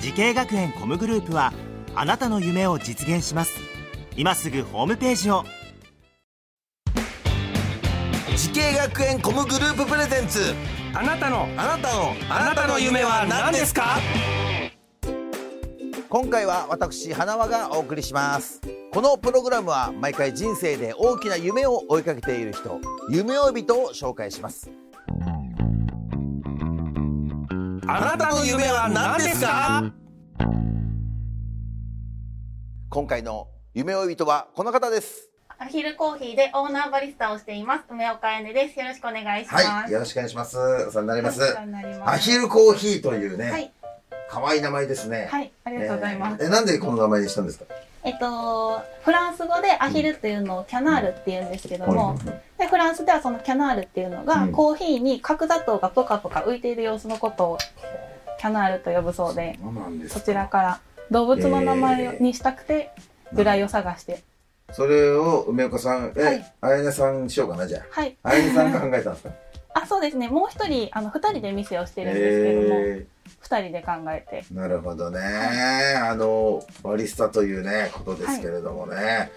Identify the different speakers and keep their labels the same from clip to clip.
Speaker 1: 時系学園コムグループはあなたの夢を実現します今すぐホームページを
Speaker 2: 時系学園コムグループプレゼンツ
Speaker 3: あなたの
Speaker 2: あなたの
Speaker 3: あなたの夢は何ですか
Speaker 2: 今回は私花輪がお送りしますこのプログラムは毎回人生で大きな夢を追いかけている人夢追い人を紹介します
Speaker 3: あなたの夢は何ですか
Speaker 2: 今回の夢追い人はこの方です
Speaker 4: アヒルコーヒーでオーナーバリスタをしています。梅岡えねです。よろしくお願いします。
Speaker 2: はいよろしくお願いしますお世話になります
Speaker 4: よろしくお願いします
Speaker 2: アヒルコーヒーという
Speaker 4: は
Speaker 2: ね
Speaker 4: い。
Speaker 2: 可愛い名前ですね
Speaker 4: はい。ありがとうございます。
Speaker 2: えーえなんでこの名前にしたんですか
Speaker 4: えっと、フランス語でアヒルっていうのをキャナールって言うんですけども、でフランスではそのキャナールっていうのが、
Speaker 2: うん
Speaker 4: コーヒーに角砂糖がポカポカ浮いている様子のことをキャナールと呼ぶそうで、
Speaker 2: そうなんで
Speaker 4: そちらから動物の名前にしたくて、由来を探して。
Speaker 2: それを梅岡さん
Speaker 4: は
Speaker 2: え
Speaker 4: い
Speaker 2: あやねさんにしようかなじゃ
Speaker 4: はい。
Speaker 2: ああやねさんが考えたん ですか
Speaker 4: あ、そうですね。もう一人、あの、二人で店をしてるんですけども、
Speaker 2: えー
Speaker 4: 二人で考えて。
Speaker 2: なるほどね、あのバリスタというねことですけれどもね、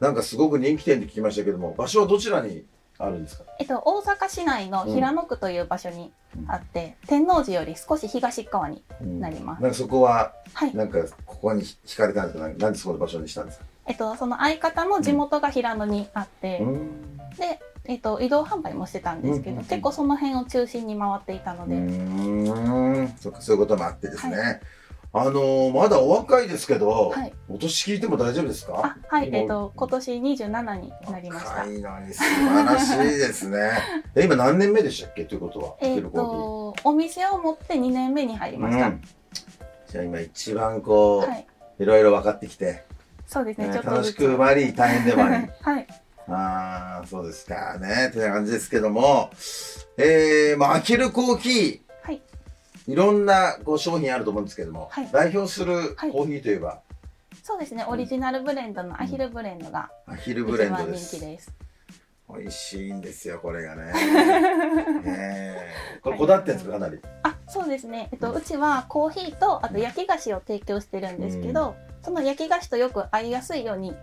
Speaker 2: なんかすごく人気店で聞きましたけども場所はどちらにあるんですか
Speaker 4: えっと、大阪市内の平野区という場所にあって、天王寺より少し東側になります。
Speaker 2: なんかそこは
Speaker 4: はい。
Speaker 2: なんかここに惹かれたんですかなんなんでそこの場所にしたんですか、
Speaker 4: えっと、その相方の地元が平野にあって、
Speaker 2: うん
Speaker 4: で、えっと、移動販売もしてたんですけ
Speaker 2: う
Speaker 4: ど、
Speaker 2: んうんうん
Speaker 4: 結構その辺を中心に回っていたの
Speaker 2: う
Speaker 4: で、
Speaker 2: ーんそっかそういうこともあってですね、
Speaker 4: は
Speaker 2: あのーまだお若いですけど、
Speaker 4: はい
Speaker 2: お年聞いても大丈夫です
Speaker 4: あ
Speaker 2: か、
Speaker 4: はい、えっ
Speaker 2: も
Speaker 4: と
Speaker 2: う、
Speaker 4: 今年27になりました
Speaker 2: 若。いのに素晴らしいです ねえ今何年目でしたっけということは
Speaker 4: え
Speaker 2: ヒ
Speaker 4: っ
Speaker 2: ルコーヒー
Speaker 4: と、お店を持って2年目に入りました。
Speaker 2: うん、じゃあ今一番こう、、
Speaker 4: はいい。
Speaker 2: ろいろ分かってきて、
Speaker 4: そうですね、
Speaker 2: ね
Speaker 4: ちょっと
Speaker 2: 楽
Speaker 4: ず
Speaker 2: し
Speaker 4: つ。
Speaker 2: くもあり大変でもあり
Speaker 4: はい。
Speaker 2: ああそうですかねてな感じですけどもえー、まあアキルコーヒー
Speaker 4: はい。
Speaker 2: いろんなこう商品あると思うんですけども、
Speaker 4: はい
Speaker 2: 代表する
Speaker 4: はい
Speaker 2: コーヒーといえば、
Speaker 4: そうですね、オリジナルブレンドのアヒルブレンドが
Speaker 2: アヒル
Speaker 4: 一
Speaker 2: ブレンド
Speaker 4: 番
Speaker 2: で
Speaker 4: 人
Speaker 2: す
Speaker 4: 気です。
Speaker 2: 美味しいんですよこれが ねねえこれこだわってんですかかなり
Speaker 4: あそうですね、えっと、うちはコーヒーとあと焼き菓子を提供してるんですけど、その焼き菓子とよく合いやすいように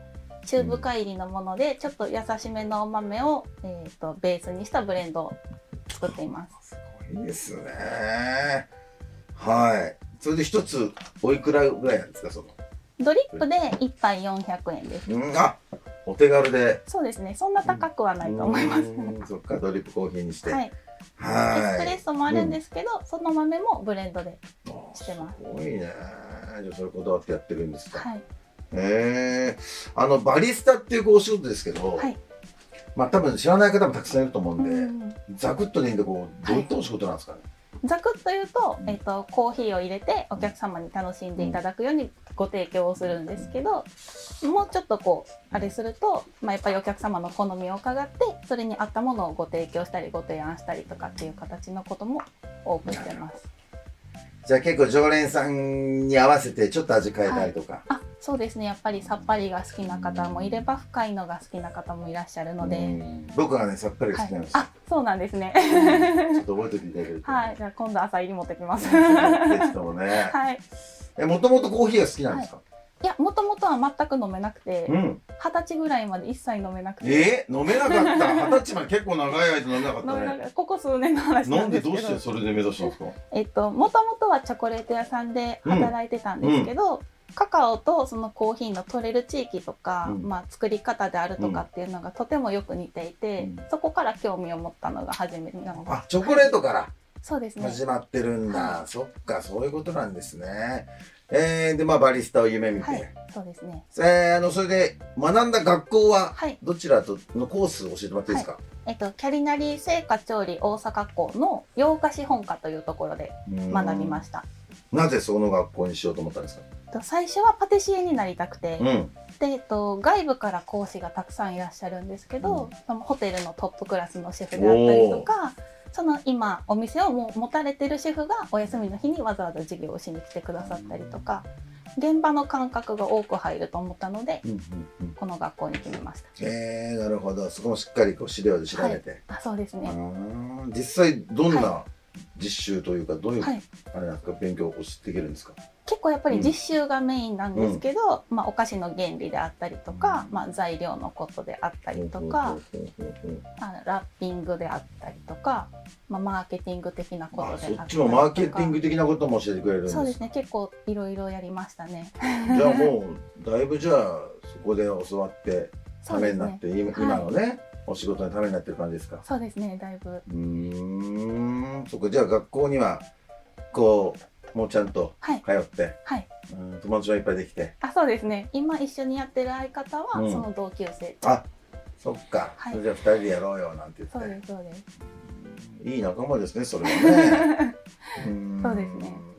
Speaker 4: 中深入りのものでちょっと優しめのお豆を、えー、とベースにしたブレンドを作っています
Speaker 2: すごいですねはいそれで一つおいくらぐらいなんですかその
Speaker 4: ドリップで1杯400円です
Speaker 2: うんあお手軽で
Speaker 4: そうですねそんな高くはないと思います、
Speaker 2: うんそっかドリップコーヒーにして
Speaker 4: はい、エ
Speaker 2: は
Speaker 4: スプレッソもあるんですけど、その豆もブレンドでしてます
Speaker 2: すごいねじゃあそれこだわってやってるんですか、
Speaker 4: はい
Speaker 2: へえあのバリスタっていうこうお仕事ですけど、
Speaker 4: はい
Speaker 2: まあ多分知らない方もたくさんいると思うんで、
Speaker 4: うん
Speaker 2: ザクッとでいいんでこうどういったお仕事なんですかね、
Speaker 4: ざくっと言うと,、えっとコーヒーを入れてお客様に楽しんでいただくようにご提供をするんですけどもうちょっとこうあれすると、まあ、やっぱりお客様の好みを伺ってそれに合ったものをご提供したりご提案したりとかっていう形のことも多くしてます。
Speaker 2: じゃあ結構常連さんに合わせてちょっと味変えたりとか、
Speaker 4: あそうですねやっぱりさっぱりが好きな方もいれば深いのが好きな方もいらっしゃるので、
Speaker 2: うん僕はねさっぱり好きなんですよ、
Speaker 4: あそうなんですね
Speaker 2: ちょっと覚えておいていただけると、
Speaker 4: はいじゃあ今度朝入り持ってきます。
Speaker 2: ぜひともね
Speaker 4: はい、
Speaker 2: えもともとコーヒーが好きなんですか、
Speaker 4: いやもともとは全く飲めなくて
Speaker 2: うん
Speaker 4: 二十歳ぐらいまで一切飲めなくて。
Speaker 2: えー飲めなかった二十歳まで結構長い間飲めなかっ
Speaker 4: 飲
Speaker 2: た
Speaker 4: め な
Speaker 2: ね
Speaker 4: がらここ数年の話
Speaker 2: な
Speaker 4: なんん
Speaker 2: で
Speaker 4: です
Speaker 2: ど
Speaker 4: け
Speaker 2: うして
Speaker 4: ど
Speaker 2: それで目指したんですか
Speaker 4: えっともともとはチョコレート屋さんで働いてたんですけど、カカオとそのコーヒーの取れる地域とか、
Speaker 2: うん
Speaker 4: まあ、作り方であるとかっていうのがとてもよく似ていて、
Speaker 2: うん
Speaker 4: そこから興味を持ったのが初めてなので
Speaker 2: あチョコレートから
Speaker 4: そうですね
Speaker 2: 始まってるんだ、
Speaker 4: は
Speaker 2: そっかそういうことなんですねえー、でまあバリスタを夢見て、
Speaker 4: はいそうですね
Speaker 2: えーあのそれで学んだ学校は
Speaker 4: はい
Speaker 2: どちらとのコースを教えてもらっていいですか、
Speaker 4: えっとキャリナリー製菓調理大阪校の洋菓子本科というところで学びました
Speaker 2: たなぜその学校にしようと思ったんですか
Speaker 4: と最初はパティシエになりたくて、
Speaker 2: うん
Speaker 4: でえっと、外部から講師がたくさんいらっしゃるんですけど、そのホテルのトップクラスのシェフであったりとかその今お店をもう持たれてるシェフがお休みの日にわざわざ授業をしに来てくださったりとか現場の感覚が多く入ると思ったので
Speaker 2: うんうんうん
Speaker 4: この学校に決めました
Speaker 2: えー、なるほどそこもしっかりこう資料で調べて、
Speaker 4: あそうです
Speaker 2: うー
Speaker 4: ね、
Speaker 2: ん実際どんな実習というかどういう、
Speaker 4: はい、
Speaker 2: あれなんですか勉強をしていけるんですか
Speaker 4: 結構やっぱり実習がメインなんですけど、まあ、お菓子の原理であったりとか、まあ、材料のことであったりとか、あのラッピングであったりとか、まあ、マーケティング的なことであ
Speaker 2: あ
Speaker 4: った
Speaker 2: そ
Speaker 4: りとか
Speaker 2: っちもマーケティング的なことも教えてくれるんです
Speaker 4: そうですね結構いろいろやりました ね
Speaker 2: じゃあもうだいぶじゃあそこで教わってた
Speaker 4: そう
Speaker 2: め
Speaker 4: です
Speaker 2: になっ
Speaker 4: ね
Speaker 2: て、今
Speaker 4: はい
Speaker 2: 今のね、お仕事のためになってる感じですか
Speaker 4: そうですねだいぶ
Speaker 2: うーんそこじゃあ学校にはこうもうちゃんと
Speaker 4: はい
Speaker 2: 通って、
Speaker 4: はい
Speaker 2: うん友達もいっぱいできて
Speaker 4: あそうですね今一緒にやってる相方は、
Speaker 2: うん
Speaker 4: その同級生
Speaker 2: あそっか、
Speaker 4: はい
Speaker 2: それじゃあ2人でやろうよなんて
Speaker 4: そ
Speaker 2: 言
Speaker 4: う
Speaker 2: っ
Speaker 4: ですそうです
Speaker 2: ていい仲間ですねそれは ねうーん
Speaker 4: そうで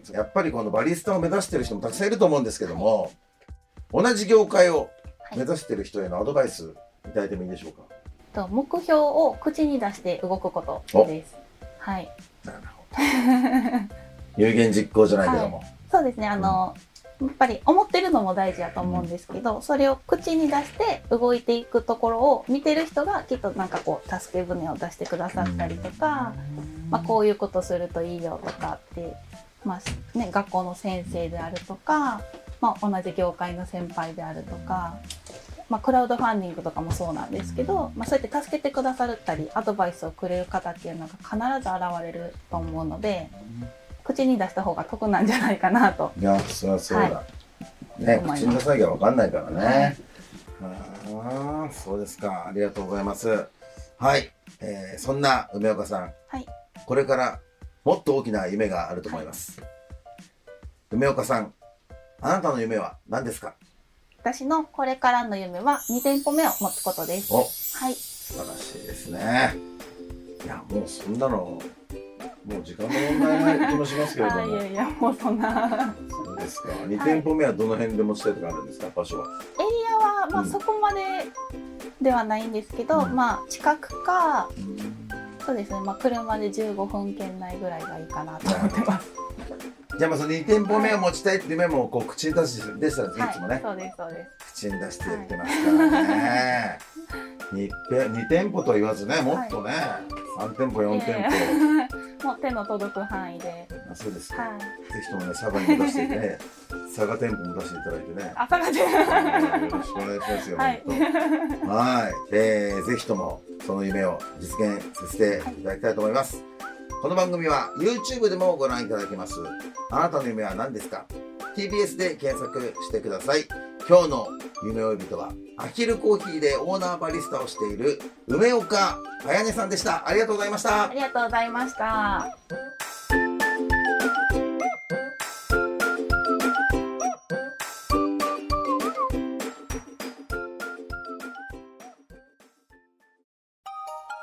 Speaker 4: すね
Speaker 2: やっぱりこのバリスタを目指してる人もたくさんいると思うんですけども、同じ業界を目指してる人へのアドバイスいただいてもいいでしょうか、
Speaker 4: と目標を口に出して動くことですはい
Speaker 2: なるほど有言実行じゃないけども、
Speaker 4: そうですねあの、やっぱり思ってるのも大事だと思うんですけど、それを口に出して動いていくところを見てる人がきっとなんかこう助け舟を出してくださったりとか、まあ、こういうことするといいよとかって、まあね、学校の先生であるとか、まあ、同じ業界の先輩であるとか、まあ、クラウドファンディングとかもそうなんですけど、まあ、そうやって助けてくださったりアドバイスをくれる方っていうのが必ず現れると思うので口に出した方が得なんじゃないかなと
Speaker 2: いやそりゃそうだ、
Speaker 4: は
Speaker 2: ね
Speaker 4: 思います
Speaker 2: 口に出さなきゃ分かんないからね、ああそうですかありがとうございますはい、えーそんな梅岡さん、
Speaker 4: はい
Speaker 2: これからもっと大きな夢があると思います、梅岡さんあなたの夢は何ですか
Speaker 4: 私のこれからの夢は2店舗目を持つことです。
Speaker 2: お
Speaker 4: はい。
Speaker 2: 素晴らしいですねいやもうそんなのもう時間の問題ない気もしますけれども、
Speaker 4: あいやいや、もうそんな。
Speaker 2: そうですか。二店舗目はどの辺で持ちたいとかあるんですか、場所は。
Speaker 4: エリアは、ま
Speaker 2: う
Speaker 4: あ
Speaker 2: ん
Speaker 4: そこまでではないんですけど、
Speaker 2: うん
Speaker 4: まあ近くか、そうですね、まあ車で15分圏内ぐらいがいいかなと思ってます。
Speaker 2: じゃあまあその二店舗目を持ちたいっていう夢もこう口に出してでしたらいつもね、
Speaker 4: はい、そうです、そうです。
Speaker 2: 口に出して言ってますからね。二店二店舗とは言わずね、もっとね、三店舗四店
Speaker 4: いや
Speaker 2: 舗。
Speaker 4: もう手の届く範囲で。
Speaker 2: あそうですか。
Speaker 4: はい。
Speaker 2: ぜひともね佐賀にも出して ね、佐賀店舗も出していただいてね。
Speaker 4: 朝 が出
Speaker 2: よろしくお願いしますよ。
Speaker 4: はい
Speaker 2: 本当はい、えーぜひともその夢を実現させていただきたいと思います。この番組は YouTube でもご覧いただけます。あなたの夢は何ですか ?TBS で検索してください。今日の夢追い人は、アヒルコーヒーでオーナーバリスタをしている梅岡彩音さんでした。ありがとうございました
Speaker 4: あ。りがとうございました。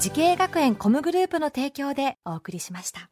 Speaker 5: 時系学園コムグループの提供でお送りしました